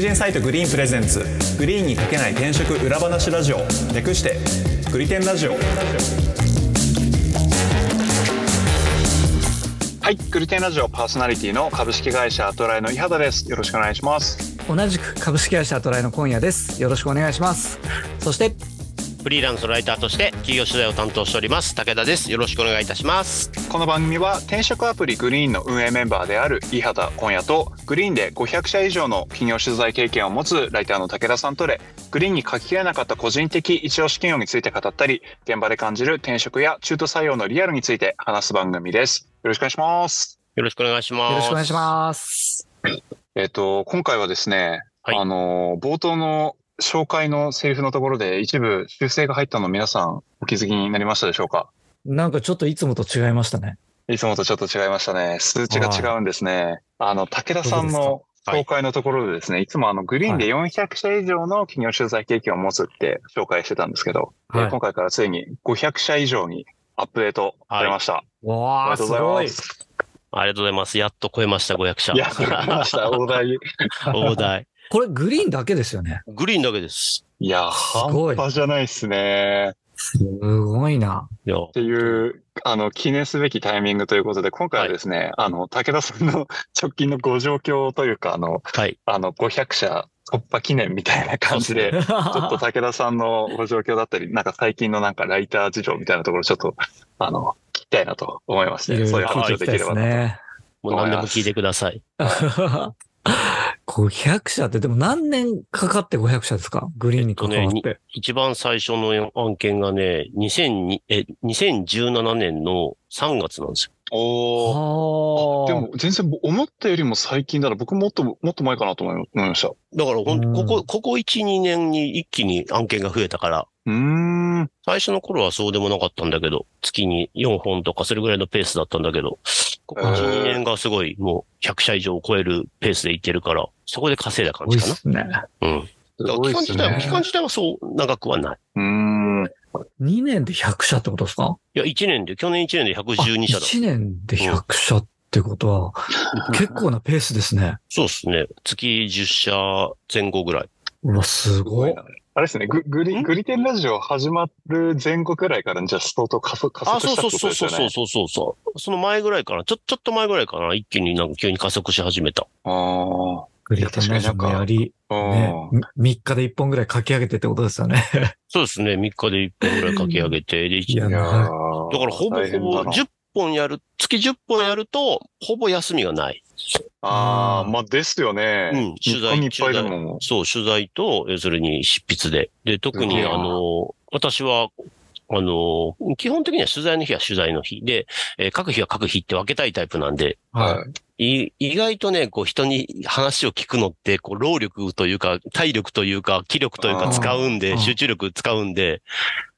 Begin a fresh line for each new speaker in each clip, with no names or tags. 人サイトグリーンプレゼンツグリーンにかけない転職裏話ラジオ略してグリテンラジオはいグリテンラジオパーソナリティの株式会社トライの伊畑ですよろしくお願いします
同じく株式会社トライの今夜ですよろしくお願いしますそして
フリーランスライターとして企業取材を担当しております武田ですよろしくお願いいたします
この番組は転職アプリグリーンの運営メンバーである伊畑今夜とグリーンで500社以上の企業取材経験を持つライターの武田さんとでグリーンに書ききれなかった個人的一押し企業について語ったり現場で感じる転職や中途採用のリアルについて話す番組ですよろしくお願いします
よろしくお願いします
よろしくお願いします
えっ、と今回はですね、
はい
あの冒頭の紹介のセリフのところで一部修正が入ったの皆さんお気づきになりましたでしょうか
なんかちょっといつもと違いましたね
いつもとちょっと違いましたね。数値が違うんですね。あの、武田さんの
どうですかはい
紹介のところでですね、いつもあの、グリーンで400社以上の企業取材経験を持つって紹介してたんですけど、
はい
えー今回からついに500社以上にアップデートされました。
わあ
あり
す
がとうご
ご
ざい
い
ます。
ありがとうございますやっと超えました500社
いや、やりました、大台。
大台
これグリーンだけですよね
グリーンだけです
いや、
すご
半
い
端じゃないですね。
すごいない
や
っていう、あの、記念すべきタイミングということで、今回はですね、あの、武田さんの 直近のご状況というか、あの、
はい
あの、500社突破記念みたいな感じで、
ちょっ
ちょっと武田さんのご状況だったり、なんか最近のなんかライター事情みたいなところ、ちょっと、 あの、聞きたいなと思います
い
ね。
ろい
そうい
ろ
う
聞い
話
て
を
いき
で
た
きれ
いです
ばなと。
ね
もう何でも聞いてください
500社ってでも何年かかって500社ですかグリーンに関わって、
えっと一番最初の案件がね2002え2017年の3月なんですよ
おー。
は
で
あ
も全然思ったよりも最近だな。僕もっと、もっと前かなと思いました。う
だからほん
うん
ここここ1、2年に一気に案件が増えたから
ーん。
最初の頃はそうでもなかったんだけど、月に4本とかそれぐらいのペースだったんだけど、ここ
へ
1、
ー
2年がすごいもう100社以上を超えるペースでいってるから、そこで稼いだ感
多いっ
じかな。
すね
うん。だから
ごい
期間
っ
自
す
体は、
ね
期間自体はそう長くはない。
うーん。
2年で100社ってことですか
いや、1年で、去年1年で112社だ。
1年で100社ってこ とは、結構なペースですね。
そうですね。月10社前後ぐらい。
うわ、す
すご
ご
い
い
な。あれですね、ググリ、
ん
グリテンラジオ始まる前後くらいから、じゃあ相当加速、加
あ、
速
そう
した
そ
っ
う
てこ
そ
と
う
です
そう
よね
そう。そうそうそう。その前ぐらいから、ちょ、ちょっと前ぐらいから一気になんか急に加速し始めた。
あ
グリテンラジオもやり、
あ。
ね、3日で1本ぐらい書き上げてってことですよね。
そうですね。3日で1本ぐらい書き上げて、で、
いや
うん。いやー
だからほぼ
大変
ほ
だ
ぼ
な
10本やる、月10本やると、ほぼ休みがない。
ああ、まあですよね。
うん取材
日本にいっぱいだもん。
そう、取材と、要するに執筆で。で、特に
すご
あ
いな。
の、私は、あの、基本的には取材の日は取材の日で、えー各日は各日って分けたいタイプなんで、
はい
い意外とね、こう人に話を聞くのって、こう労力というか、体力というか、気力というか使うん
あ
で、
ー
集中力使うんで、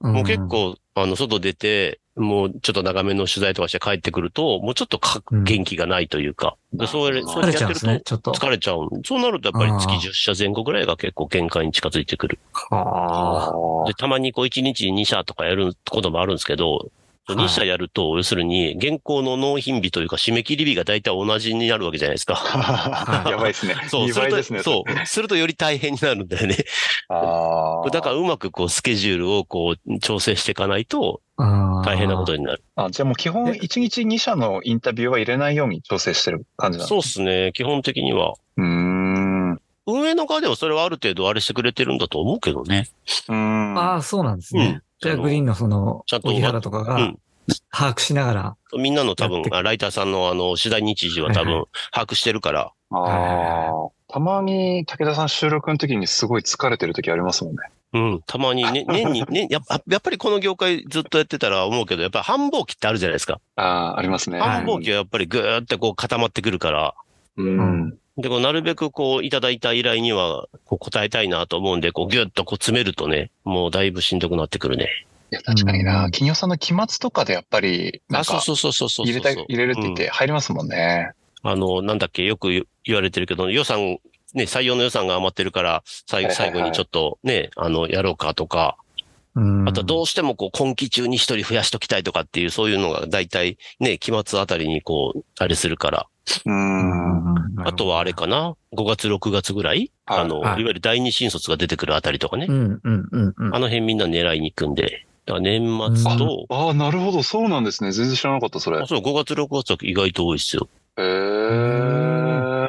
い。
もう結構、あの、外出て、もうちょっと長めの取材とかして帰ってくると、もうちょっとか
うん
元気がないというか、でそれ、
なる
そ
ほ
疲れ
れや
ちゃ
っ
うんで
てる
す
と
ね、ちょっと。
疲れちゃう。そうなるとやっぱり月10社前後ぐらいが結構限界に近づいてくる。
あ
で、たまにこう1日に2社とかやることもあるんですけど、
はい
2社やると、要するに原稿の納品日というか締め切り日が大体同じになるわけじゃないで すか。
あ。やばいですね。
そう、
2
する
倍
と、
ですね。
そう、するとより大変になるんだよね。
ああ。
だからうまくこうスケジュールをこう調整していかないと
あ。
大変なことになる。
あじゃあもう基本
え
1日2社のインタビューは入れないように調整してる感じなの
そうですね、基本的には。
うーん。う
運営の側ではそれはある程度あれしてくれてるんだと思うけどね。
ーん。
ああ、そうなんですね。じゃあ、グリーンのその、
ちゃんと
荻原とか
う
が
ん
把握しながら、
みんなの多
や
分
って、
あライターさんのあの、取材日時は多
はいは
分、把握してるから。
あーたまに武田さん収録の時にすごい疲れてる時ありますもんね。
うん。たまに ね、年に、ね、やっぱやっぱりこの業界ずっとやってたら思うけど、やっぱり繁忙期ってあるじゃないですか。
ああ、ありますね。
繁忙期はやっぱりぐーってこう固まってくるから。
うん。
で、こうなるべくこう、いただいた依頼には、こう、答えたいなと思うんで、こう、ぎゅっとこう、詰めるとね、もうだいぶしんどくなってくるね。
いや、確かに
う
な。
ん
金曜さんの期末とかでやっぱり、なん
あ、そ
か
う、そうそうそうそうそう。
入れたい、入れるって言って入りますもんね。
あの、なんだっけ、よく言言われてるけど、予算、ね、採用の予算が余ってるから、最
はい
後
はいはい
最後にちょっとね、あの、やろうかとか、
うん
あとはどうしてもこう、今期中に一人増やしときたいとかっていう、そういうのが大体ね、期末あたりにこう、あれするから、
うー
うん
ん。
あとはあれかな ?5 月、6月ぐらい
はい
あの、
はい
いわゆる第二新卒が出てくるあたりとかね
う。ん、うん、うん、うん
あ。の辺みんな狙いに行くんで。だから年末と、
ああ、なるほど。そうなんですね。全然知らなかった、それ。へ
あそう、5月、6月は意外と多いですよ。
え
そうなんだ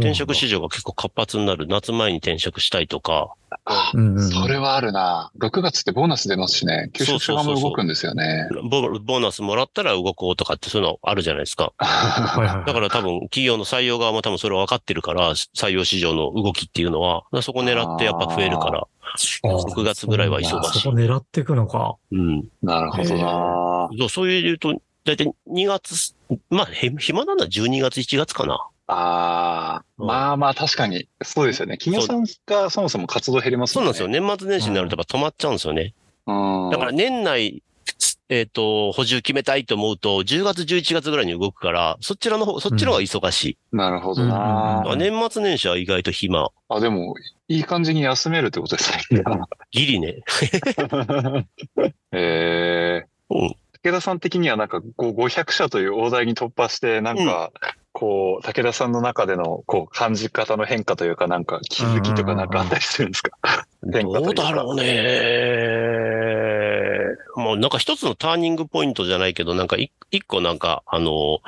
転職市場が結構活発になる。夏前に転職したいとか。
あ
うんうん
それはあるな。6月ってボーナス出ますしね。給食者側も動くんですよね。
ボボーナスもらったら動こうとかってそういうのあるじゃないですか。
はいはいはい
だから多分企業の採用側も多分それ分かってるから、採用市場の動きっていうのは、そこ狙ってやっぱ増えるから、
あー
6月ぐらいは忙
そうなんだ
し
そ
い
こ。狙っていくのか。
うん。
なるほどな。
そうそういう言うと、だいたい2月、まあ、へ暇なのは12月、1月かな。
ああ、
うん
まあまあ確かに、そうですよね。企業さんがそもそも活動減ります
そう
も
なんん
ね。
ですよ。年末年始になるとやっぱ止まっちゃうんですよね。
うん。
だから年内、えっ、と、補充決めたいと思うと、10月、11月ぐらいに動くから、そちらの方、そっちの方が忙しい。
なるほど
う
な。
ん
だから年末年始は意外と暇。
あ、でも、いい感じに休めるってことですね。
ギリね。
え
うん。
ー、武田さん的にはなんか、こう、500社という大台に突破して、なんか、こう、武田さんの中での、こう、感じ方の変化というか、なんか、気づきとかなんかあったりするんですか変化というか
どうだろうね。もうなんか一つのターニングポイントじゃないけど、なんかい一個なんか、あの、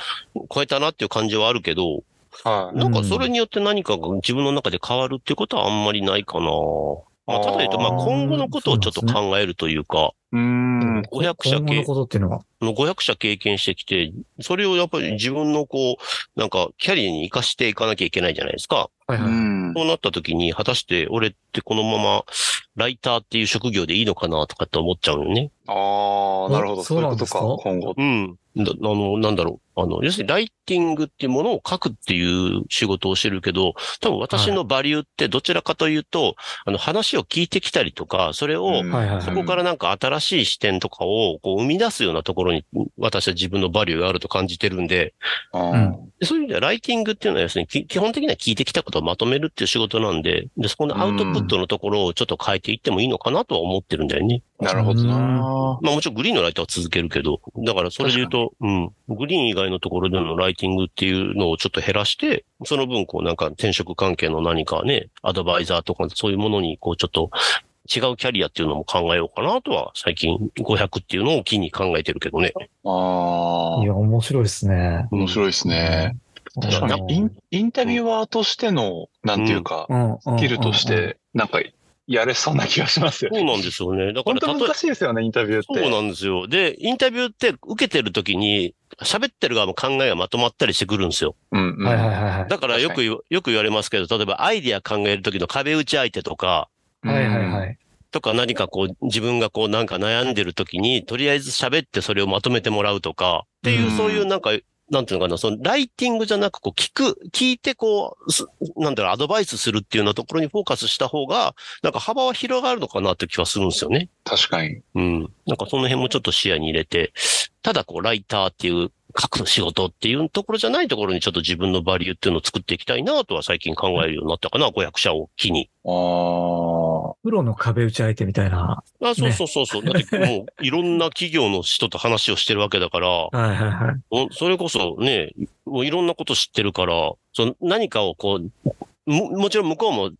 超えたなっていう感じはあるけど、
はい。
なんかそれによって何かが自分の中で変わるってことはあんまりないかな。まあ、ただ言うと、まあ
あー
今後のことをちょっと考えるというか、
うーん。
500社
今後
経
のことっていうのは。
の500社経験してきて、それをやっぱり自分のこう、なんかキャリアに活かしていかなきゃいけないじゃないですか。
はいうはい。
ん。
そうなった時に、果たして俺ってこのままライターっていう職業でいいのかなとかって思っちゃうよね。
ああ、なるほど。
あ
そういうことか、
そう
今後。
うん。だあの、なんだろう。あの、要するにライティングっていうものを書くっていう仕事をしてるけど、多分私のバリューってどちらかというと、あの、話を聞いてきたりとか、それを
う、ん
はいはいはい
そこからなんか新しい視点とかをこう生み出すようなところに私は自分のバリューがあると感じてるんで、
うん
うん
でそういう意味ではライティングっていうのは要するにき基本的には聞いてきたことをまとめるっていう仕事なんで、で、そこのアウトプットのところをちょっと変えていってもいいのかなとは思ってるんだよね。
なるほどな。
まあもちろんグリーンのライターは続けるけど、だからそれで言うと、うん、グリーン以外のところでのライティングっていうのをちょっと減らして、その分こうなんか転職関係の何かね、アドバイザーとかそういうものにこうちょっと違うキャリアっていうのも考えようかなとは最近500っていうのを機に考えてるけどね。
ああ
い。や、面白いですね。
面白いですね。確かにイン、インタビュアーとしての、なんていうか、スキルとし。て、なんか、やれそうな気がしますよ
そう
ね。
なんですよね。だか
本
ら
当
例え
難しいですよね、インタビューって。
そうなんですよ。で、インタビューって受けてる時に喋ってる側も考えがまとまったりしてくるんですよ。
うんうん
はいはいはいはい。
だからよ
確
く言う、よく言われますけど、例えばアイディア考えるときの壁打ち相手とか、
はいはいはい。
とか何かこう自分がこうなんか悩んでるときに、とりあえず喋ってそれをまとめてもらうとか、っていううんそういうなんか、なんていうのかな、そのライティングじゃなくこう聞く、聞いてこう、すなんだろう、アドバイスするっていうようなところにフォーカスした方が、なんか幅は広がるのかなって気はするんですよね。
確かに。
うん。なんかその辺もちょっと視野に入れて、ただこうライターっていう書く仕事っていうところじゃないところにちょっと自分のバリューっていうのを作っていきたいなとは最近考えるようになったかな、500社を機に。
ああ。
プロの壁打ち相手みたいな。
あそう
ね
そうそうそう。だってもういろんな企業の人と話をしてるわけだから、
はいはいはい。
おそれこそね、もういろんなこと知ってるから、その何かをこう、も、もちろん向こうも、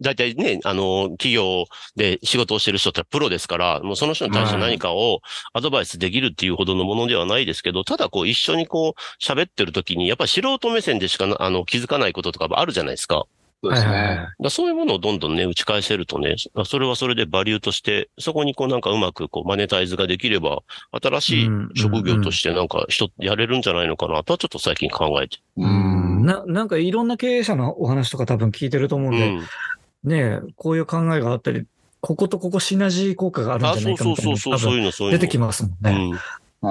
だいたいね、あの、企業で仕事をしてる人ってプロですから、もうその人に対して何かをアドバイスできるっていうほどのものではないですけど、ただこう一緒にこう喋ってる時に、やっぱり素人目線でしかなあの気づかないこととかもあるじゃないですか。
そうで
はい
す
はい
ね。
は
だそういうものをどんどんね、打ち返せるとね、そそれはそれでバリューとして、そこにこうなんかうまくこうマネタイズができれば、新しい職業としてなんか人、やれるんじゃないのかなとはちょっと最近考えて。
う
い。
ん。
な、なんかいろんな経営者のお話とか多分聞いてると思うん
う
で、
ん。
ねえこういう考えがあったり、こことここシナジー効果があるん
あ、
じゃな
そ
いうか
そう
みたい
そ
な
う
の多
そう、そう
分
いうの、そういう
出
の。
てきますもんね。
うん。
うん
こ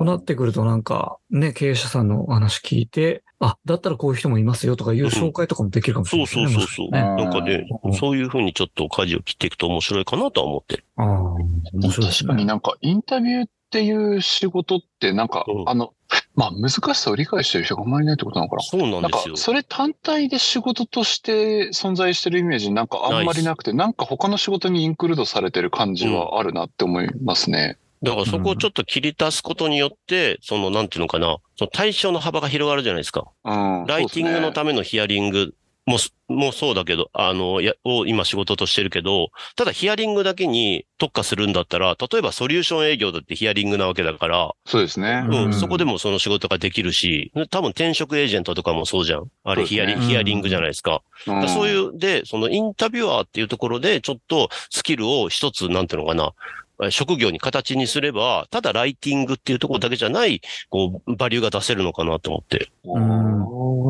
うなってくるとなんか、ね、経営者さんのお話聞いて、あ、だったらこういう人もいますよとかいう紹介とかもできるかもしれ
そ
な
う
いです
そ
ね。
うそうそう。
ね
なんかね
うん、
そういうふうにちょっと舵を切っていくと面白いかなとは思ってる。
ああ、面白いです
確かに
ね。
なんか、インタビューっていう仕事って、なんか
う、ん
あの、まあ、難しさを理解してる人があんまりいないってことなのかな。
そうなん
なん
で
か
すよ、。
それ単体で仕事として存在してるイメージなんかあんまりなくて、なんか他の仕事にインクルードされてる感じはあるなって思いますね。
だからそこをちょっと切り足すことによって、その、なんていうのかな、その対象の幅が広がるじゃないですか。
うん
ライティングのためのヒアリングもす、もうそうだけど、あの、や、を今仕事としてるけど、ただヒアリングだけに特化するんだったら、例えばソリューション営業だってヒアリングなわけだから、
そうですね。
うん、
うん
そこでもその仕事ができるし、多分転職エージェントとかもそうじゃん。あれヒアリ,、
そう
ですね
ヒアリングじゃないですか。
そう
だ
で
から
すね
そういう、で、そのインタビュアーっていうところで、ちょっとスキルを一つ、なんていうのかな、え職業に形にすれば、ただライティングっていうところだけじゃない、こう、バリューが出せるのかなと思って。
お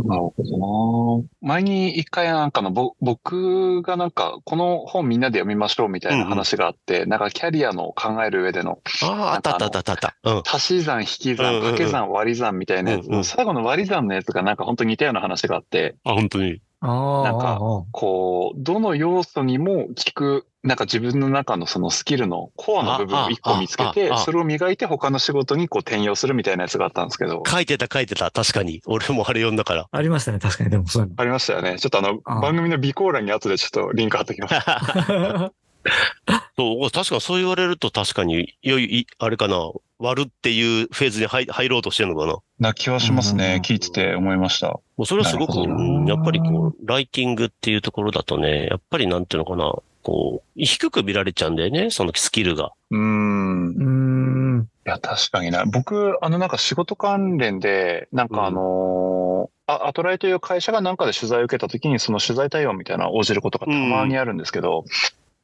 ーなるほどな。前に一回なんかの、ぼ僕がなんか、この本みんなで読みましょうみたいな話があって、なんかキャリアの考える上での、
ああ、あったあったあったあった。うん。
足し算、引き
うんう
算、
んうん
掛け算、割り算みたいなやつ
うんう
の、
ん
最後の割り算のやつがなんか本当に似たような話があって、
あ、本当に。
ああ、
なんか
ああ
こう、どの要素にも効く、なんか自分の中のそのスキルのコアの部分を一個見つけ
あ
て
ああ、あ
それを磨いて他の仕事にこう転用するみたいなやつがあったんですけど、
書いてた書いてた。確かに。俺もあれ読んだから。
ありましたね、確かに。でもそういう
ありましたよね。ちょっとあの、
ああ
番組の備考欄に後でちょっとリンク貼っときます。
の。
そう、確かにそう言われると確かに、よい、いあれかな、割るっていうフェーズに入入ろうとしてるのかな。
な気はします
うんうんう
ね
ん。
聞いてて思いました。
もうそれはすごく、
なるほど
な
うんやっぱりこう、ライティングっていうところだとね、やっぱりなんていうのかな、こう、低く見られちゃうんだよね、そのスキルが。
うーん。
うーん。
いや、確かにな。僕、あの、なんか仕事関連で、なんかあのーあアトライという会社がなんかで取材を受けた時に、その取材対応みたいなのを応じることがたまにあるんですけど、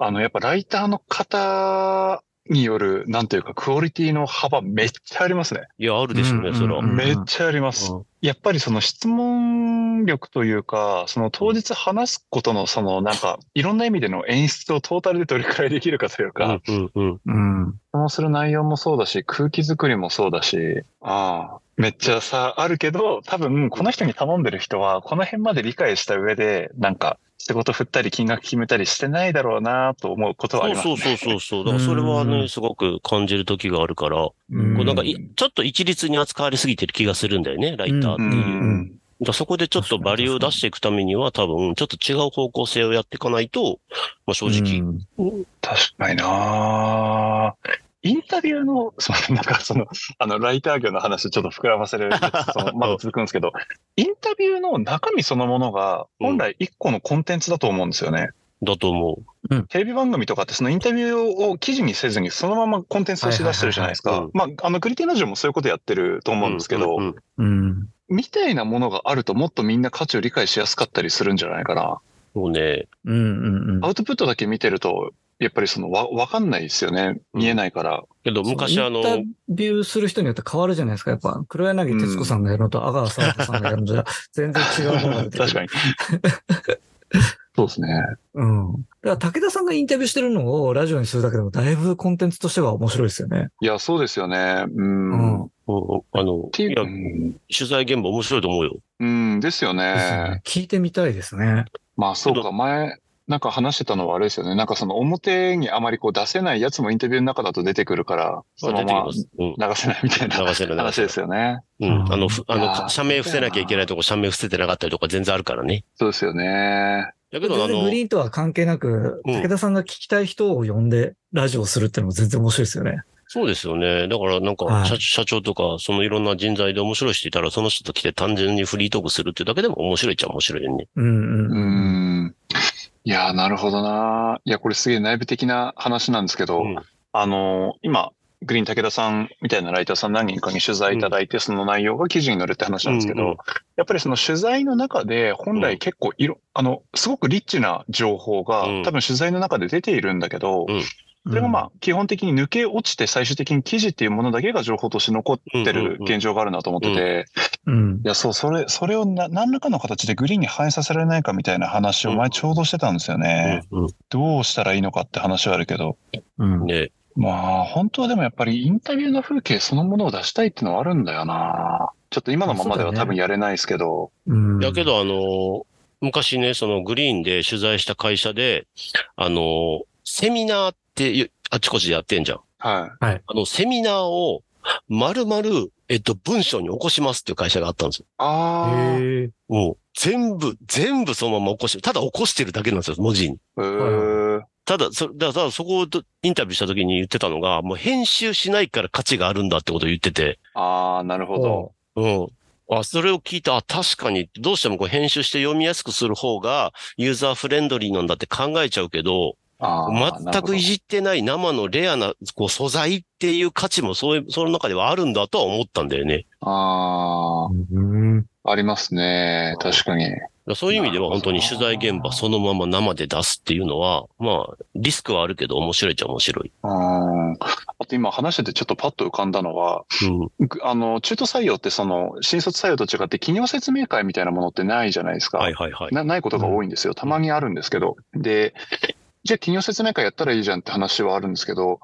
あの、やっぱライターの方による、なんというか、クオリティの幅めっちゃありますね。
いや、あるでしょう
う
ね、
ん
それは。
うん
めっちゃあります。やっぱりその質問力というか、その当日話すことの、そのなんか、いろんな意味での演出をトータルでどれくらいできるかというか、
うんうんうん。
うん。
質問する内容もそうだし、空気作りもそうだし、ああ、めっちゃさ、あるけど、多分、この人に頼んでる人は、この辺まで理解した上で、なんか、仕事振ったり金額決めたりしてないだろうなと思うことはあ
そ
り
う
ます。
そうそうそうそう。だからそれはね、すごく感じる時があるから、こ
うん
うなんかい、ちょっと一律に扱われすぎてる気がするんだよね、ライターって
う
い
ん
う。
んうん
だからそこでちょっとバリューを出していくためには、多分、ちょっと違う方向性をやっていかないと、まあ正直。
うん
確かになインタビューの、すいません、 なんかその、あの、ライター業の話ちょっと膨らませる、そのまだ続くんですけど、インタビューの中身そのものが、本来一個のコンテンツだと思うんですよね。
だと思う。
テレビ番組とかってそのインタビューを記事にせずにそのままコンテンツとして出してるじゃないです
はいはい
か
は。
まあ、あの、クリティナジオもそういうことやってると思うんですけど
う、ん
うん。
みたいなものがあるともっとみんな価値を理解しやすかったりするんじゃないかな。
もうね、
うんうんうん
ア。ウトプットだけ見てると、やっぱりその、わ、わかんないですよね。見えないから。
けど昔あの、
インタビューする人によって変わるじゃないですか。やっぱ、黒柳徹子さんがやるのと、阿川佐和子さんがやるのじゃ、全然 違うものが出てくる
確かに。 そうですね。
うん。だから、武田さんがインタビューしてるのをラジオにするだけでも、だいぶコンテンツとしては面白いですよね。
いや、そうですよね。う
うん
ん。っ
うんあの、
てい
いうや、
うん
取材現場面白いと思うよ。
うん、ですよ
です
ね。
よね聞いてみたいですね。
まあそ
け
うか、前、なんか話してたのはあれですよね。なんかその表にあまりこう出せないやつもインタビューの中だと出てくるから、そ
まあ
の
出てき
ま
ます。うん。
ま流せないみたいな
流せる流
話
せ
で
る。
すよね。
うん。あの、ふあ
いやー
の、社名伏せなきゃいけないとこ、社名伏せてなかったりとか全然あるからね。
そうですよね。
だけ
全
ど、あ
然
の
グ、リーンとは関係なく、
うん
武田さんが聞きたい人を呼んで、ラジオをするっていうのも全然面白いですよね。
そうですよね。だからなん
は
か
い
社、社長とか、そのいろんな人材で面白い人いたら、その人と来て単純にフリートークするっていうだけでも面白いっちゃ面白いよね。
うんうん
う
うん。
ん。いやー、なるほどな。いや、これすげえ内部的な話なんですけど、
うん
あのー今、グリーン武田さんみたいなライターさん何人かに取材いただいて、その内容が記事に載るって話なんですけど、
うんうん
やっぱりその取材の中で、本
う
来
ん
結構いろ、あの、すごくリッチな情報が、
うん
多分取材の中で出ているんだけど、それがまあ、基本的に抜け落ちて最終的に記事っていうものだけが情報として残って
うんうん
る
うん
現状があるなと思って
う
て、
うん。
いや、そう、それ、それをな何らかの形でグリーンに反映させられないかみたいな話を前ちょうどしてたんですよね。
うんう
どうしたらいいのかって話はあるけど、
うん
ん。ね
まあ、本当はでもやっぱりインタビューの風景そのものを出したいっていうのはあるんだよな。ちょっと今のままでは多分やれないですけど、
うん。
だけど、あの、昔ね、そのグリーンで取材した会社で、あの、セミナーってよあちこちでやってんじゃん。
は
はい。
あの、セミナーを、まるまる、えっと、文章に起こしますっていう会社があったんですよ。
い。ああ、
へえ。
もう、全部、全部そのまま起こして、ただ起こしてるだけなんですよ、文字に。
う
はい
ー
ただ、そ、だからそこをどインタビューした時に言ってたのが、もう編集しないから価値があるんだってことを言ってて、
ああ、なるほど。
うん。あ、それを聞いた、あ、確かに、どうしてもこう編集して読みやすくする方がユーザーフレンドリーなんだって考えちゃうけど、
あー
全くい。
なる
じってない生のレアなこう素材っていう価値もそういう、その中ではあるんだとは思ったんだよね。
ほどあ
うん。
あ、ありますね。確かに。
だからそういう意味では
なるほ
本当
ど
に取材現場そのまま生で出すっていうのは、まあ、リスクはあるけど面白いっちゃ面白い。
うん。あと今話しててちょっとパッと浮かんだのは、
うん。
ぐあの、中途採用ってその、新卒採用と違って企業説明会みたいなものってないじゃないですか。
はいはいはい。
なないことが多いんですよ。たまにあるんですけど。で、じゃあ企業説明会やったらいいじゃんって話はあるんですけど、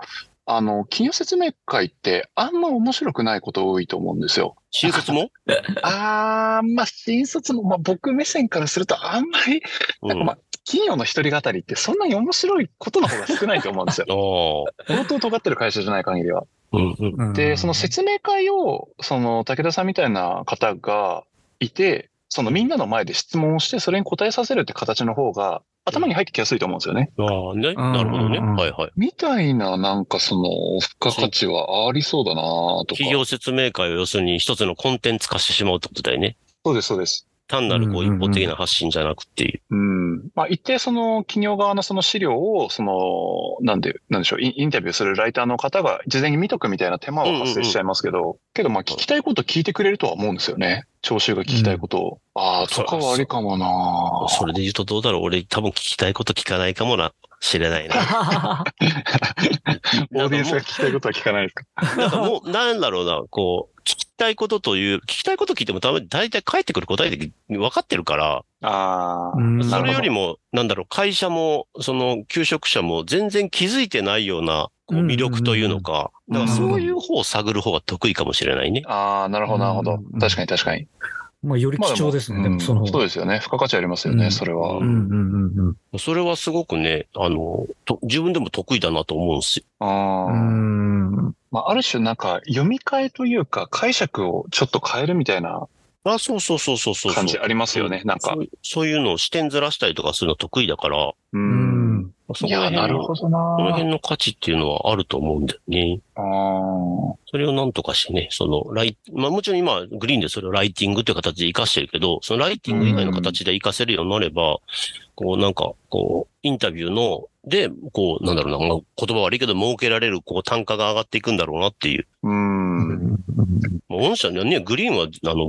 あの、企業説明会ってあんま面白くないこと多いと思うんですよ。
新卒 も
あー、まあ、新卒も、まあ、僕目線からするとあんまり、
う
なん
ん。
かま
あ。
あ、企業の一人語りってそんなに面白いことの方が少ないと思うんです よ
あ。
相当尖ってる会社じゃない限りは。
うんうん。
で、その 説明会を、その武田さんみたいな方がいて、そのみんなの前で質問をして、それに答えさせるって形の方が、頭に入ってきやすいと思うんですよね。
ああね。なるほどね。
うんうんうん
はいはい。
みたいな、なんかその、付加価値はありそうだなとか。
企業説明会を要するに一つのコンテンツ化してしまうってことだよね。
そうです、そうです。
単なるこう
うんうんう
一
ん
方的な発信じゃなくっていう。
うん。まあ、一定その企業側のその資料を、その、なんで、なんでしょう、インインタビューするライターの方が事前に見とくみたいな手間は発生しちゃいますけど、けどまあ聞きたいこと聞いてくれるとは思うんですよね。聴衆が聞きたいことを。ああ、とかはありかもな
それで言うとどうだろう俺多分聞きたいこと聞かないかもな。知れないな。
オ ーディエンスが聞きたいことは聞かないですか
なんかもう、なんだろうな、こう、聞きたいことという、聞きたいこと聞いても多分大体返ってくる答えで分かってるから、
ああ、
うん
それよりも、なんだろう、会社も、その、求職者も全然気づいてないような、こう、魅力というのか、
うん
だ
うん
か
うん
らそういう方を探る方が得意かもしれないね。
ああ、なるほど、なるほど
うん。
確かに確かに。
まあ、より
まあ
貴重ですね。で
うん
も、その方
そう
が。
ですよね。付加価値ありますよね、
うん
それは。
う
う
んうんうん
それはすごくね、あの、と自分でも得意だなと思うんですよ。
う
ああ。
ん。うん。
まあ、ある種なんか、読み替えというか、解釈をちょっと変えるみたいな
あ、そうそうそうそうそうそう。
感じありますよね、なんか
そ。うそういうのを視点ずらしたりとかするの得意だから、
う。
うんん。
そ
い
こら
や、
辺
なる
の、
ほど
この
な
辺の価値っていうのはあると思うんだよね。
あー
それをなんとかしてね、その、ライ、まあもちろん今、グリーンでそれをライティングという形で活かしてるけど、そのライティング以外の形で活かせるようになれば、こうなんか、こう、インタビューの、で、こう、なんだろうな、まあ、言葉悪いけど、儲けられる、こう、単価が上がっていくんだろうなっていう。
うん。
まあ、御社にはね、グリーンは、あの、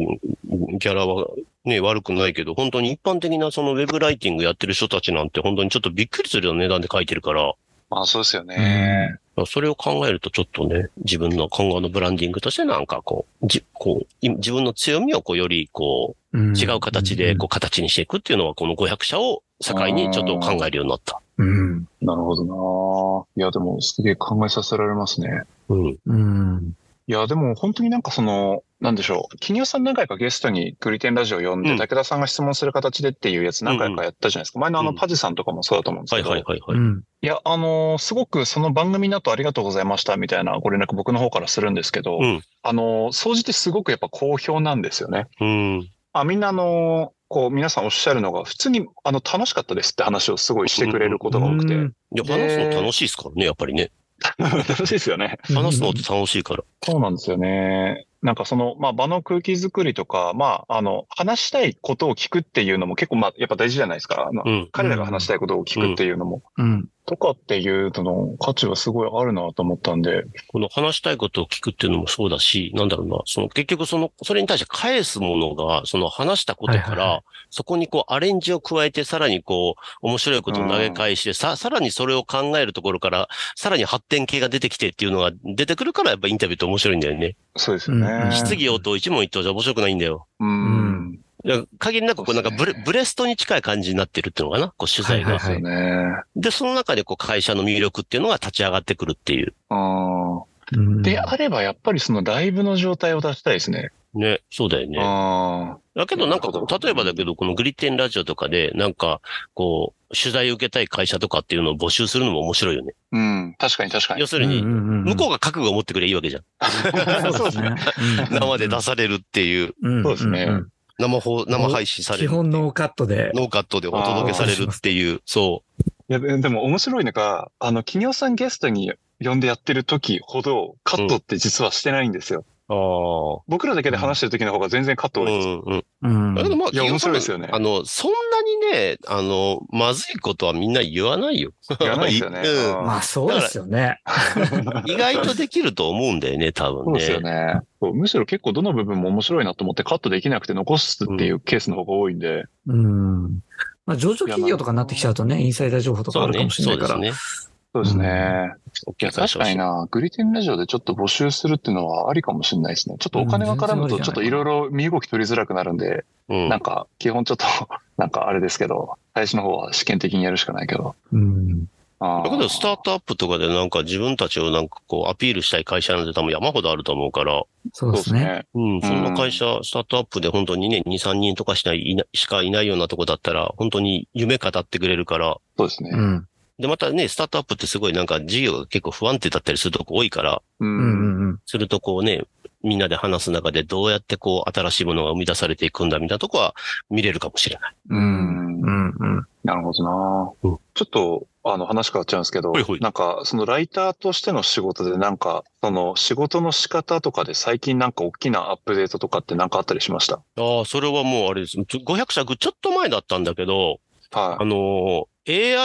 ギャラはね、悪くないけど、本当に一般的なそのウェブライティングやってる人たちなんて、本当にちょっとびっくりするような値段で書いてるから、
まあ、そうですよね。
それを考えるとちょっとね、自分の今後のブランディングとしてなんかこう、じこうい自分の強みをこうよりこう、違う形でこう形にしていくっていうのはこの500社を境にちょっと考えるようになった。
うん。
なるほどないや、でも、すげえ考えさせられますね。
うん。
うん。
いや、でも本当になんかその、なんでしょう。企業さん何回かゲストにグリテンラジオ呼んで、
うん
武田さんが質問する形でっていうやつ何回かやったじゃないですか。前のあ
う
の
ん
パジさんとかもそうだと思うんです
は
け
い
ど。
はいはいは
う
い。
ん。
いや、あのーすごくその番組だとありがとうございましたみたいなご連絡僕の方からするんですけど、
うん
あのー総じてすごくやっぱ好評なんですよね。
うん。
あ、みんなあのーこう皆さんおっしゃるのが普通にあの楽しかったですって話をすごいしてくれることが多くて、
いや、
で
話すの楽しいですからね、やっぱりね。
楽しいですよね。
話すのって楽しいから。
そうなんですよね。なんかその、まあ、場の空気づくりとか、まあ、あの、話したいことを聞くっていうのも結構、まあ、やっぱ大事じゃないですか。あの
うん。
彼らが話したいことを聞くっていうのも、
うん。
とかっていうのの価値はすごいあるなと思ったんで。
この話したいことを聞くっていうのもそうだし、なんだろうな、その結局その、それに対して返すものが、その話したことか
はいはいは
ら、そこにこうアレンジを加えて、さらにこう、面白いことを投げ返して、さ、さらにそれを考えるところから、さらに発展系が出てきてっていうのが出てくるから、やっぱインタビューって面白いんだよね。
そうですよね。
うん
質疑応答一問一答じゃ面白くないんだよ。
うん。
だから限りなくこうなんかブレ、ブレストに近い感じになってるっていうのかな、こう取
は
材
い
が
は。
そうですよね。
で、その中でこう会社の魅力っていうのが立ち上がってくるっていう。
あ
うん
ーであれば、やっぱりそのライブの状態を出したいですね。
ね、そうだよね。
あ
だけどなんかこ
なるほ
う、
ど
例えばだけど、このグリテンラジオとかで、なんか、こう、取材を受けたい会社とかっていうのを募集するのも面白いよね。
ーうん。確かに確かに
要。するに、向
向
こうが覚悟を持ってくればいいわけじゃん。
うそうですね。
生で出されるっていう、
うん。
そうですね
んん
生放、生配信され
基
る。
本ノーカットで。
ノーカットでお届けされるっていう、そ
いや、ででも面白いのが、あの、企業さんゲストに呼んでやってる時ほどカットって実はしてないんですよ。
ああ。
僕らだけで話してる時の方が全然カット
う
多いです。
んうん。
うん。
だけどまあ、
いや
企業さ
面白い
ん
ですよね
あの、そんなにね、あの、まずいことはみんな言わないよ。
言わないですよね。
うん
まあそうですよね。
意外とできると思うんだよね、多
そう
分ね。
ですよね。そうむしろ結構どの部分も面白いなと思ってカットできなくて残すっていうケースの方が多いんで。
うん。まあ上場企業とかになってきちゃうとね、インサイダー情報とか
そ
あ
う
るか
ね
も。しれな
そ
いう
で
か
す
ら。
ね。
そうですね。
お
いや、
客さん
確かにな。グリテンラジオでちょっと募集するっていうのはありかもしれないですね。ちょっとお金が絡むと、ちょっといろいろ身動き取りづらくなるんで、
うん
なんか、基本ちょっと、 なんかあれですけど、最初の方は試験的にやるしかないけど。
うん。
あ
だけど、スタートアップとかでなんか自分たちをなんかこうアピールしたい会社なんて多分山ほどあると思うから、
そ
そうで
うですす
ね。
ね。
うん、そんな会社、スタートアップで本当にね、2、3人とかしないいな、しかいないようなとこだったら、本当に夢語ってくれるから、
そうですね
う。ん。
で、またね、スタートアップってすごいなんか事業が結構不安定だったりするとこ多いから、
う。
うんんうん
するとこうね、みんなで話す中でどうやってこう新しいものが生み出されていくんだみたいなとこは見れるかもしれない。
う。
うんん
う。んうん。
なるほどな、
うん
ちょっと、あの、話変わっちゃうんですけど、
ほいほい
なんか、そのライターとしての仕事で、なんか、その仕事の仕方とかで最近なんか大きなアップデートとかってなんかあったりしました
ああ、それはもうあれです。ちょ500社ちょっと前だったんだけど、
は
あのー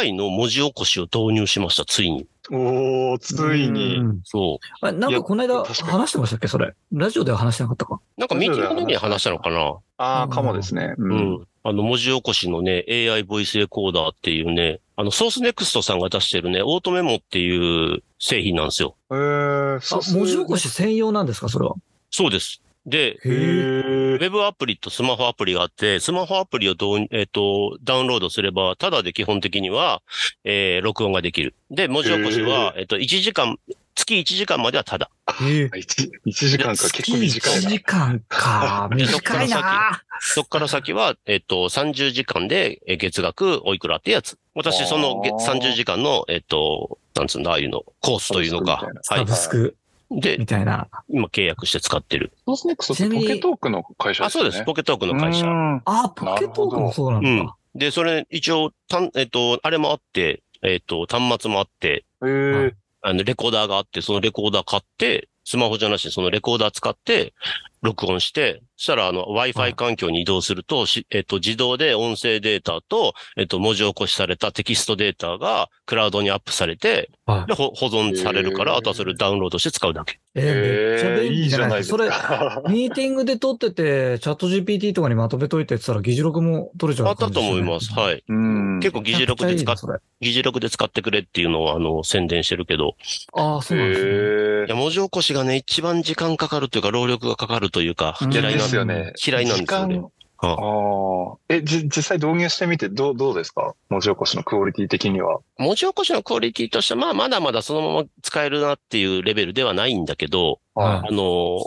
AI の文字起こしを導入しました、ついに。
い。おー、ついに。
うん。
そう。
あれ、なんかこの
いや
間
確かに
話してましたっけそれ。ラジオでは話してなかったか。
なんかミーティングの時に話したのかな。
あ
うん
ー、かもですね。う。
うんん。あの、文字起こしのね、AI ボイスレコーダーっていうね、あの、ソースネクストさんが出してるね、オートメモっていう製品なんですよ。
えー、
あ、文字起こ
し。
し専用なんですかそれは。
そうです。で、
へ
ウ
ー。
ェブアプリとスマホアプリがあって、スマホアプリをどう、えっ、と、ダウンロードすれば、ただで基本的には、えー、録音ができる。で、文字起こしは、えっ、と、1時間、月1時間まではただ。
ええ。
1, 時間か結構短い
1
な
時。間か。短いな。
そこから先は、えっ、と、30時間でえー月額おいくらってやつ。私、その月
あー
30時間の、えっ、と、なんつうんだ、ああいうの、コースというのか。
サブスク
で
み、たいな。
今契約して使ってる。
ソースネックスってポケトークの会社
あ、
です
そう
よね。
です。ポケットオーク
ケ
の会社。
あ、ポケトークもそうなんだ。
で、それ、一応、たん、えっ、と、あれもあって、えっ、と、端末もあって、
えー。
あの、レコーダーがあって、そのレコーダー買って、スマホじゃなしにそのレコーダー使って、録音して、そしたら、あの、
はい
Wi-Fi 環境に移動すると、しえっと、自動で音声データと、えっと、文字起こしされたテキストデータが、クラウドにアップされて、
はい
で、ほ保存されるか
へ
ら、
ー
あとはそれをダウンロードして使うだけ。
ええ、めっちゃ
えー、
便
い
利
い
じ
じ
ゃ
ゃ
な
ないで
いですす
か
か。それ、。ミーティングで撮ってて、チャット GPT とかにまとめといてって言ったら、議事録も取れちゃう
あったと思います。
い。
はい。
うん。
結構議事録で使っ、
それ。
議事録で使ってくれっていうのを、あの、宣伝してるけど、
ああ、そうなんですね。
え
いや、文字起こしがね、一番時間かかるというか、労力がかかるというか、
うん
ー、
嫌い
で
な
すよね。
嫌いなんですよね
時間
うん
ああ。え、じ、実際導入してみて、どう、どうですか文字起こしのクオリティ的には。
文字起こしのクオリティとしては、まあ、まだまだそのまま使えるなっていうレベルではないんだけど、
は
あのー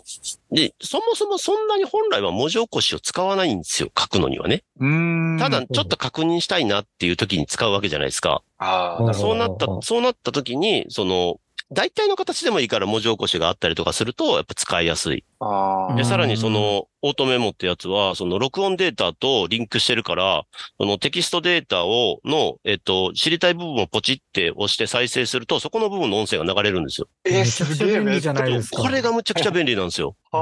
で、そもそもそんなに本来は文字起こしを使わないんですよ、書くのにはね。
うーん。
ただ、ちょっと確認したいなっていう時に使うわけじゃないですか。
ああ、なるほ
そうなった
うんうんう、ん
そうなった時に、その、大体の形でもいいから文字起こしがあったりとかすると、やっぱ使いやすい。
ど。あ
う
で、
ん
あ。
さらにその、オートメモってやつは、その録音データとリンクしてるから、そのテキストデータを、の、えっと、知りたい部分をポチって押して再生すると、そこの部分の音声が流れるんですよ。
えー、
めちゃく
す
ちゃ
げえ、
便
めっ
利
ち
じ
ゃ。
ゃないですか。
これがむちゃくちゃ便利なんですよ。
あ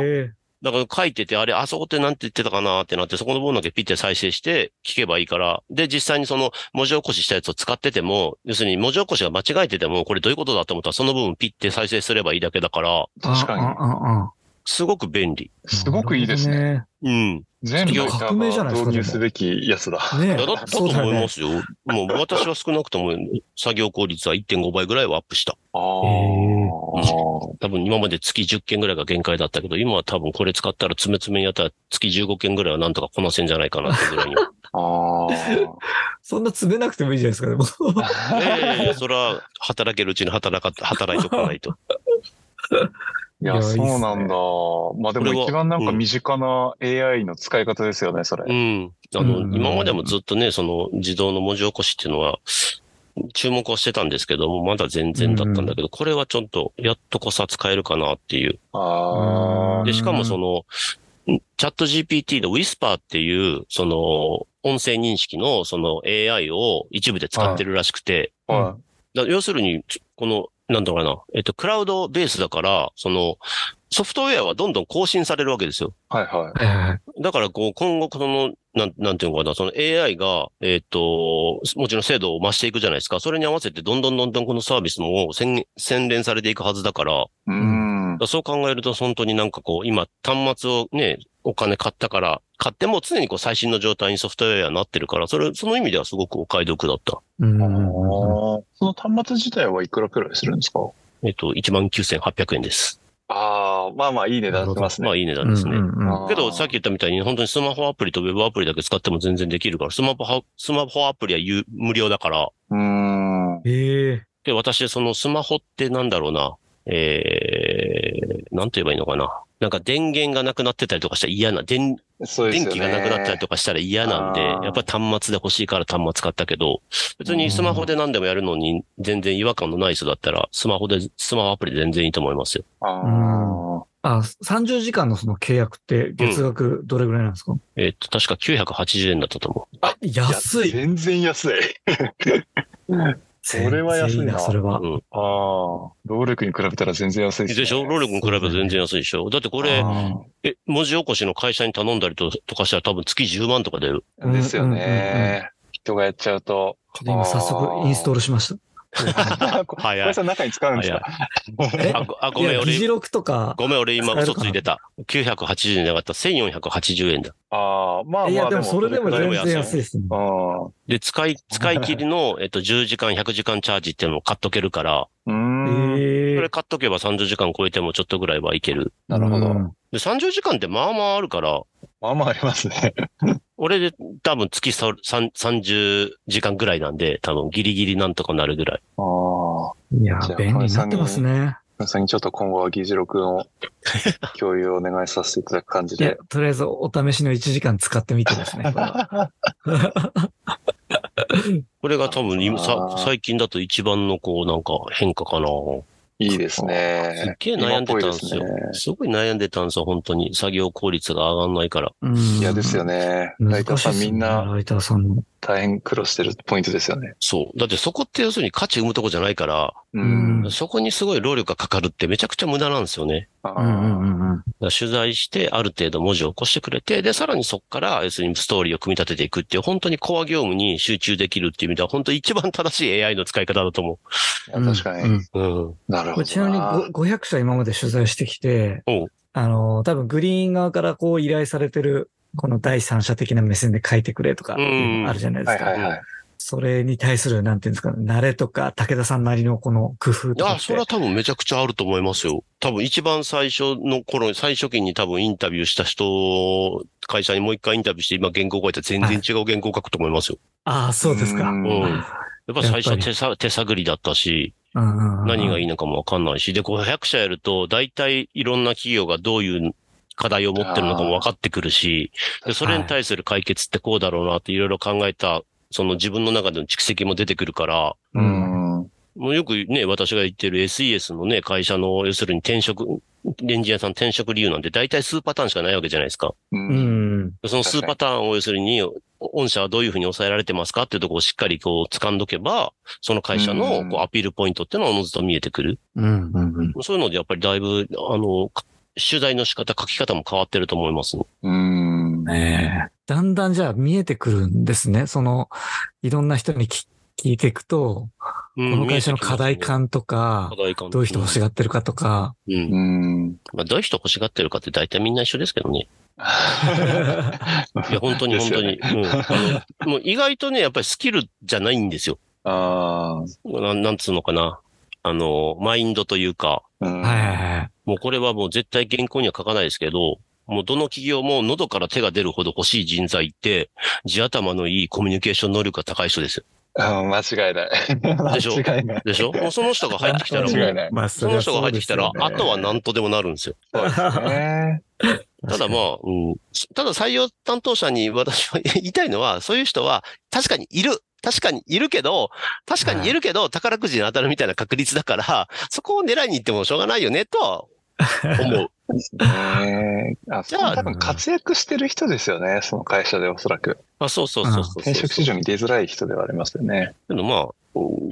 ー
へ
だから書いてて、あれ、あそこってなんて言ってたかなってなって、そこの部分だけピッて再生して聞けばいいから、で、実際にその文字起こししたやつを使ってても、要するに文字起こしが間違えてても、これどういうことだと思ったら、その部分ピッて再生すればいいだけだから、
え
確かに。
ああああ
すごく便利。
すごくいいですね。
ね。
うん。
全部
革命じゃないですか
導入すべきやつだ。
ねえ
いやだだと
そう
思
だよ
い
ね
ますよ。もう私は少なくとも作業効率は1.5倍ぐらいはアップした。
ああ。
多分今まで月10件ぐらいが限界だったけど、今は多分これ使ったら詰め詰めにやったら月15件ぐらいはなんとかこなせんじゃないかなって ぐらいには。
あ
そんな詰めなくてもいいじゃないですか、でも。
あ。
ええそれは働けるうちに働か、働いとかないと。
い
い
や、
や
そうなん
いいっ
だ。まあで
これは
も一番なんか
うん
身近な AI の使い方ですよね、それ。
うん。あの、
うん
今までもずっとね、その自動の文字起こしっていうのは、注目はしてたんですけども、まだ全然だったんだけど、これはちょっと、やっとこさ使えるかなっていう。
ああ
う
で、しかもその、チャット GPT の Whisper っていう、その、音声認識のその AI を一部で使ってるらしくて、
は
だ要するに、この、なんだろうな、えっと、クラウドベースだから、その、ソフトウェアはどんどん更新されるわけですよ。
い。はいは
はいはいはい。
だから、こう、今後、その、なん、なんていうのかな、その AI が、えっ、と、もちろん精度を増していくじゃないですか。それに合わせて、どんどんどんどんこのサービスも洗洗練されていくはずだから、だか
い。うん。
らそう考えると、本当になんかこう、今、端末をね、お金買ったから、買っても常にこう、最新の状態にソフトウェアになってるから、それ、その意味ではすごくお買い得だった。
うん
あ
うんうんうん。
ーその端末自体はいくらくらいするんですか
えっ、と、19,800円です。
ああ、まあまあいい値段しますね。
まあ、いい値段ですね。
うんうんうん
あー
けど、さっき言ったみたいに、本当にスマホアプリとウェブアプリだけ使っても全然できるから、スマホ、スマホアプリは有無料だから、
うーん。は
ええ。
で、私、そのスマホってなんだろうな、えー、なんて言えばいいのかな。なんか電源がなくなってたりとかしたら嫌な、電、
そうです
電
よね。
気がなくなったりとかしたら嫌なんで、
あー
やっぱり端末で欲しいから端末買ったけど、別にスマホで何でもやるのに全然違和感のない人だったら、スマホで、スマホアプリで全然いいと思いますよ。
あ
うん
ー
あ、30時間のその契約って月額どれぐらいなんですか
えっと、確か980円だったと思
あ
安い
全然安い。それは安いな
全然それは
う。。うん。
ああ、労力に比べたら全然安いです、ね。
でしょ労力に比べると全然安いでしょだってこれ、
あー
え、文字起こしの会社に頼んだりととかしたら多分月10万とか出る。
ですよね。人がやっちゃうと。
ちょっと今早速インストールしました。
こ小林さん中に使うんですか
え
あ、ごあご
い
めん、
や、議事
俺、
録とか、
ごめん、俺今
使える
嘘
か
つ
ない
てた。980円じゃなかった。1480円だ。
ああ、まあまあ。
いや、でもそれでも
それ
全
くらいは
然安いですね。
安
で、使 い、使い切りの、えっと、10時間、100時間チャージっていうのを買っとけるから、
い。うん。うーん。
え
そ
え
れ買っとけば30時間超えてもちょっとぐらいはいける。
なるほど
うん。
で、30時間ってまあまああるから、
まあまあありますね。
俺で多分月さ3 30時間ぐらいなんで、多分ギリギリなんとかなるぐらい。
ああ。
いや
じゃ、あ
便利になってますね。
皆さんにちょっと今後は議事録 の共有をお願いさせていただく感じ
いや
で。、
とりあえずお試しの1時間使ってみてです ね。これは
これが多分今
あ
さ
ー、
最近だと一番のこう、なんか変化かな。
いいですね。
すっげえ悩んでたんですよ
今っぽいですね
すごい悩んでたんですよ、本当に。作業効率が上がんないから。
うん
いや、ですよね。ラ
難
イター
しい
さ
っ
ん
す
み
ね
んな
ライターさんの。
大変苦労してるポイントですよね。
そう。だってそこって要するに価値生むとこじゃないから、
う。
うん
そこにすごい労力がかかるってめちゃくちゃ無駄なんですよね。
あ
うんうんう
ー
んうん。
だから取材して、ある程度文字を起こしてくれて、で、さらにそこから、要するにストーリーを組み立てていくっていう、本当にコア業務に集中できるっていう意味では、本当一番正しい AI の使い方だと思
いや確か
うん
に。
うん
う。うん。
なるほど。
ちなみに
な
ご500社今まで取材してきて
おう、
あの、多分グリーン側からこう依頼されてる、この第三者的な目線で書いてくれとかっていうのあるじゃないで
は
す
い
か。
はいはい。
それに対する、なんていうんですか、慣れとか、武田さんなりのこの工夫とか
あ
っ、
そ
て
れは多分めちゃくちゃあると思いますよ。多分一番最初の頃、最初期に多分インタビューした人、会社にもう一回インタビューして、今原稿書いたら全然違う原稿書くと思いますよ。
ああ、そうですか。
うん
うん。やっぱ最初は手さ手探りだったし、何がい
い
いのかもわかんないし、で、500社やると、大体いろんな企業がどういう課題を持ってるのかもわかってくるし、で、それに対する解決ってこうだろうなっていろいろ考えた、その自分の中での蓄積も出てくるから、
う
うん。
ん。
もうよくね、私が言ってる SES のね、会社の、要するに転職、エンジニアさん転職理由なんて大体数パターンしかないわけじゃないですか。
う。
うんん。
その数パターンを要するに、御社はどういうふうに抑えられてますかっていうところをしっかりこう掴んどけば、その会社
う
の
ん
こうアピールポイントっていうのはおのずと見えてくる。
うん。うん。
そういうのでやっぱりだいぶ、あの、か取材の仕方、書き方も変わってると思います。
うん。
ねえ。だんだんじゃあ見えてくるんですね。その、いろんな人にき聞いていくと、
う
こ
ん
の会社の課題。感とか
見えてきますね課、題感。
どういう人欲しがってるかとか、
うん。
うん。
まあ、どういう人欲しがってるかって大体みんな一緒ですけどね。 いや、本当に
です
本
よ
当に。
ね
うんあのもう意外とね、やっぱりスキルじゃないんですよ。
あ
ななんつうのかな。あの、マインドというか、
あ。うん
はいはいはい。
もうこれはもう絶対原稿には書かないですけど、もうどの企業も喉から手が出るほど欲しい人材って、地頭のいいコミュニケーション能力が高い人ですよ。
うん間違いない。
でし ょ
間違いない。
でしょもうその人が入ってきたらもう、
間違いない。
まあ、
その人が入ってきたら、
そりゃそ
あ
うですよね
とは何とでもなるんですよ。
そうですね。
ただまあ、うん、ただ採用担当者に私は言いたいのは、そういう人は確かにいる。確かにいるけど、確かにいるけど、宝くじに当たるみたいな確率だから、そこを狙いに行ってもしょうがないよね、とは思う。
ですね。あ、
じゃあ
多分活躍してる人ですよね、その会社でおそらく。
あ、そうそうそうそうそう
転職市場に出づらい人ではありますよ ね。
けどまあ、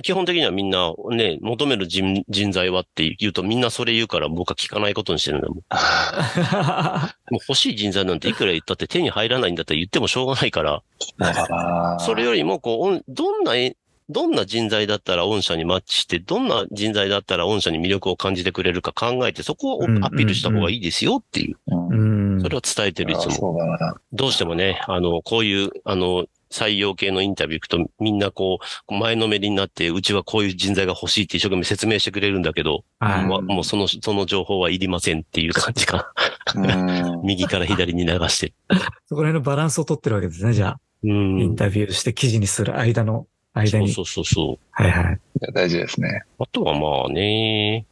基本的にはみんなね、求める人人材はって言うとみんなそれ言うから僕は聞かないことにしてるんだもん。もう欲しい人材なんていくら言ったって手に入らないんだったら言ってもしょうがないから、
あー
それよりもこうオン、どんなえ、どんな人材だったら御社にマッチして、どんな人材だったら御社に魅力を感じてくれるか考えて、そこを
うん
アピールした方がいいですよっていう、
うん
うん。
それを伝えてるい
あ
つも。
そうだな。
どうしてもね、あの、こういう、あの、採用系のインタビュー行くとみんなこう、前のめりになって、うちはこういう人材が欲しいって一生懸命説明してくれるんだけど、
はい
うん
まもうその、その情報はいりませんっていう感じか。
うん
右から左に流して。
そこら辺のバランスを取ってるわけですね、じゃあ。
う
イン
ん。
タビューして記事にする間の、間
そう
に。
そうそうそう。
はいはい。
大事ですね。
あとはまあね、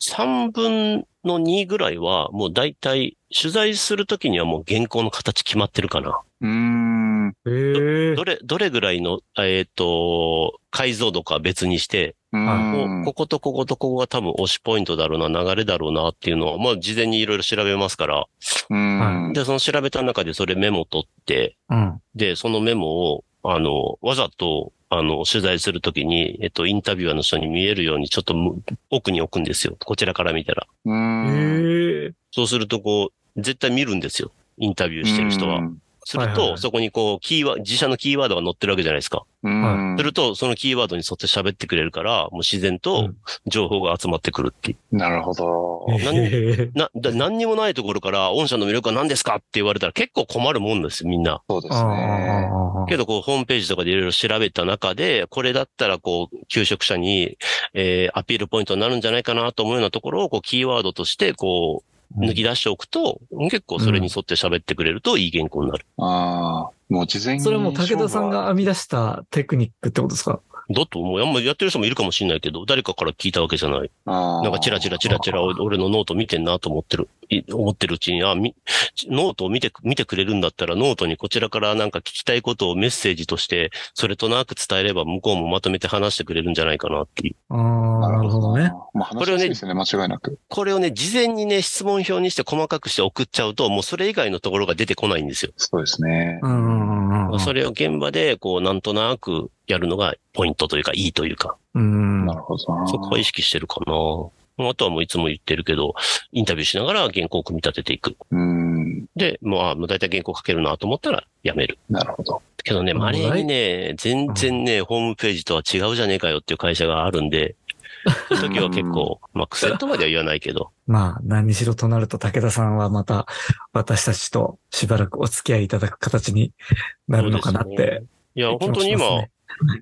3分の2ぐらいは、もう大体、取材するときにはもう原稿の形決まってるかな。
うん。
ええ
どれ、どれぐらいの、えっ、と、解像度か別にして、こうこことこことここが多分推しポイントだろうな、流れだろうなっていうのを、まあ事前にいろいろ調べますから、
うん。
で、その調べた中でそれメモ取って、
うん。
で、そのメモを、あの、わざと、あの、取材するときに、えっと、インタビュアーの人に見えるように、ちょっとむ奥に置くんですよ。こちらから見たら。
うん
ええ
そうすると、こう、絶対見るんですよ。インタビューしてる人は。。する
はいはいは
と、
い
そこにこう、キーワード、自社のキーワードが載ってるわけじゃないですか。
うん。
すると、そのキーワードに沿って喋ってくれるから、もう自然
う
と
ん
情報が集まってくるっていう。
なるほど。
何
え
な、だ何にもないところから、御社の魅力は何ですかって言われたら結構困るもんです、みんな。
そうですね。
ああ。
けど、こう、ホームページとかでいろいろ調べた中で、これだったら、こう、求職者に、えー、アピールポイントになるんじゃないかなと思うようなところを、こう、キーワードとして、こう、抜き出しておくと、結構それに沿って喋ってくれるといい原稿になる。
ああ。もう事前に。
それはもう武田さん。が編み出したテクニックってことですか
だと思う。あんまやってる人もいるかもしれないけど、誰かから聞いたわけじゃない。
な
なんかチラチラチラチラ俺俺のノート見てんなと思ってる、い思ってるうちに、あ、み、ノートを見て、見てくれるんだったらノートにこちらからなんか聞きたいことをメッセージとして、それとなく伝えれば向こうもまとめて話してくれるんじゃないかなっていう。
ああ、なるほどね。。
まあ話しやすいですね、間違いなく。
これをね、事前にね、質問票にして細かくして送っちゃうと、もうそれ以外のところが出てこないんですよ。
そうですね
う。んうんうんうん。
それを現場で、こう、なんとなくやるのがポイントというか、いいというか、
うん。
なるほどな。
そこは意識してるかな。あとはもういつも言ってるけど、インタビューしながら原稿を組み立てていく。
うん。
で、もう、あもう大体原稿書けるなと思ったらやめる。
なるほど。
けどね、
なるほど
ま
ね
れにね、全然ね、ホームページとは違うじゃねえかよっていう会社があるんで、そういう時は結構、まあ、癖とまでは言わないけど、
まあ、何にしろとなると武田さんはまた私たちとしばらくお付き合いいただく形になるのかなっ
そうです
て
ね。いや、本当に
気もします
今
ね、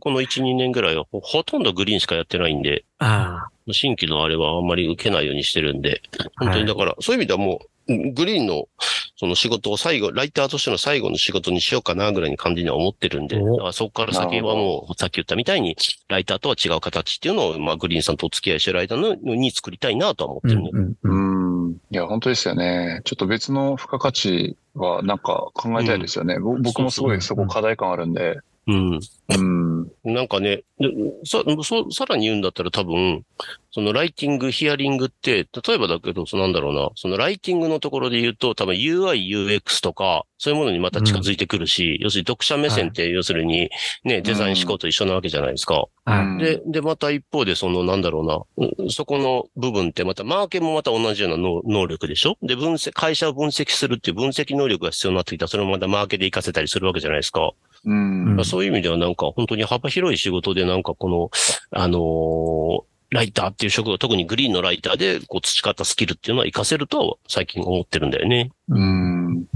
この1、2年ぐらいはほほとんどグリーンしかやってないんで、
あ
新規のあれはあんまり受けないようにしてるんで、本当にだから、そういう意味ではもう、うんグリーンの、その仕事を最後、ライターとしての最後の仕事にしようかなぐらいに感じには思ってるんで、
お
だからそこから先はもう、さっき言ったみたいに、ライターとは違う形っていうのを、まあ、グリーンさんとお付き合いしてる間のに作りたいなとは思って
あ。う
る
ん
ね。
うんう。
うんん。いや、本当ですよね。ちょっと別の付加価値はなんか考えたいですよね。ぼ僕もすごいそこ課題感あるんで。
うん。
うん。
なんかね、でさ、そさらに言うんだったら多分、そのライティング、ヒアリングって、例えばだけど、そのなんだろうな、そのライティングのところで言うと、多分 UI、UX とか、そういうものにまた近づいてくるし、要するに読者目線って、要するに、ね、デザイン思考と一緒なわけじゃないですか。
はい。
で、で、また一方で、その、なんだろうな、うんそこの部分って、また、マーケもまた同じような能能力でしょで、分析、会社を分析するっていう分析能力が必要になってきたら、それもまたマーケで活かせたりするわけじゃないですか。
うん。
うん
そういう意味ではなんか本当に幅広い仕事でなんかこの、あのーライターっていう職業、特にグリーンのライターでこう培ったスキルっていうのは活かせるとは最近思ってるんだよね。
うん。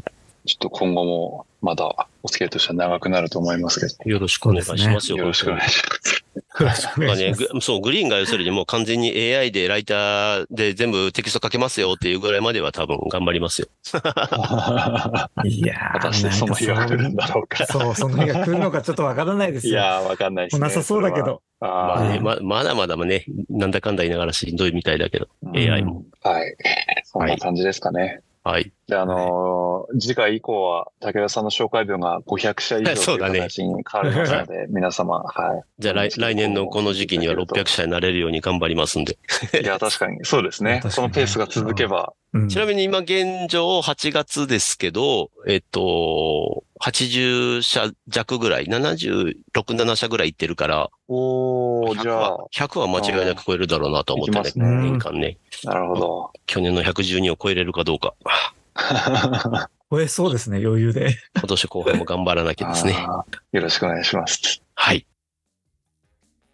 ちょっと今後もまだお付き合いとしては長くなると思いますけ
よろしくお願いします
ど、
よ。
よろしくお願いします。
よろしくお
ま
願
あ
いし
ね、
ます。
ぐそう、グリーンが要するにもう完全に AI でライターで全部テキスト書けますよっていうぐらいまでは多分頑張りますよ。
果
いやー
たしてその日が来るんだろうか。
そう、その日が来るのかちょっとわからないで す
い
よ。
やー、わかんないですね。
なさそうだけど。
それ
ま
は。
あ
あ
ね、ままだまだね、なんだかんだ言いながらしんどいみたいだけど。
ー
うん
AI も。
はい。そんな感じですかね。
はい。
で、あのの、次回以降は、武田さんの紹介文が500社以上
そ
と
う
いう
だね
形に変わりますので、皆様、は
じゃあ来来年のこの時期には600社になれるように頑張りますんで。
い。いや、確かに、そうですね。
確か
こ
に
のペースが続けば、
うん
ちなみに今現状8月ですけど、えっと、80社弱ぐらい、76、7社ぐらい行ってるから、
おー、
100
じゃあ
は、、100は間違いなく超えるだろうなと思って
い
ね
き、
ますね
年間ね。
なるほど。
去年の112を超えれるかどうか、
超えそうですね、余裕で。
今年後半も頑張らなきゃですね。
あーよろしくお願いします。
はい。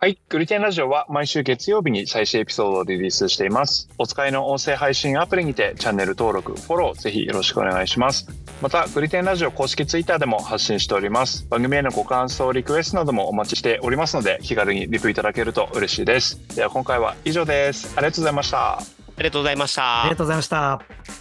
はい。グリテンラジオは毎週月曜日に最新エピソードをリリースしています。お使いの音声配信アプリにてチャンネル登録、フォロー、ぜひよろしくお願いします。また、グリテンラジオ公式ツイッターでも発信しております。番組へのご感想、リクエストなどもお待ちしておりますので、気軽にリプいただけると嬉しいです。では今回は以上です。ありがとうございました。
ありがとうございました。
ありがとうございました。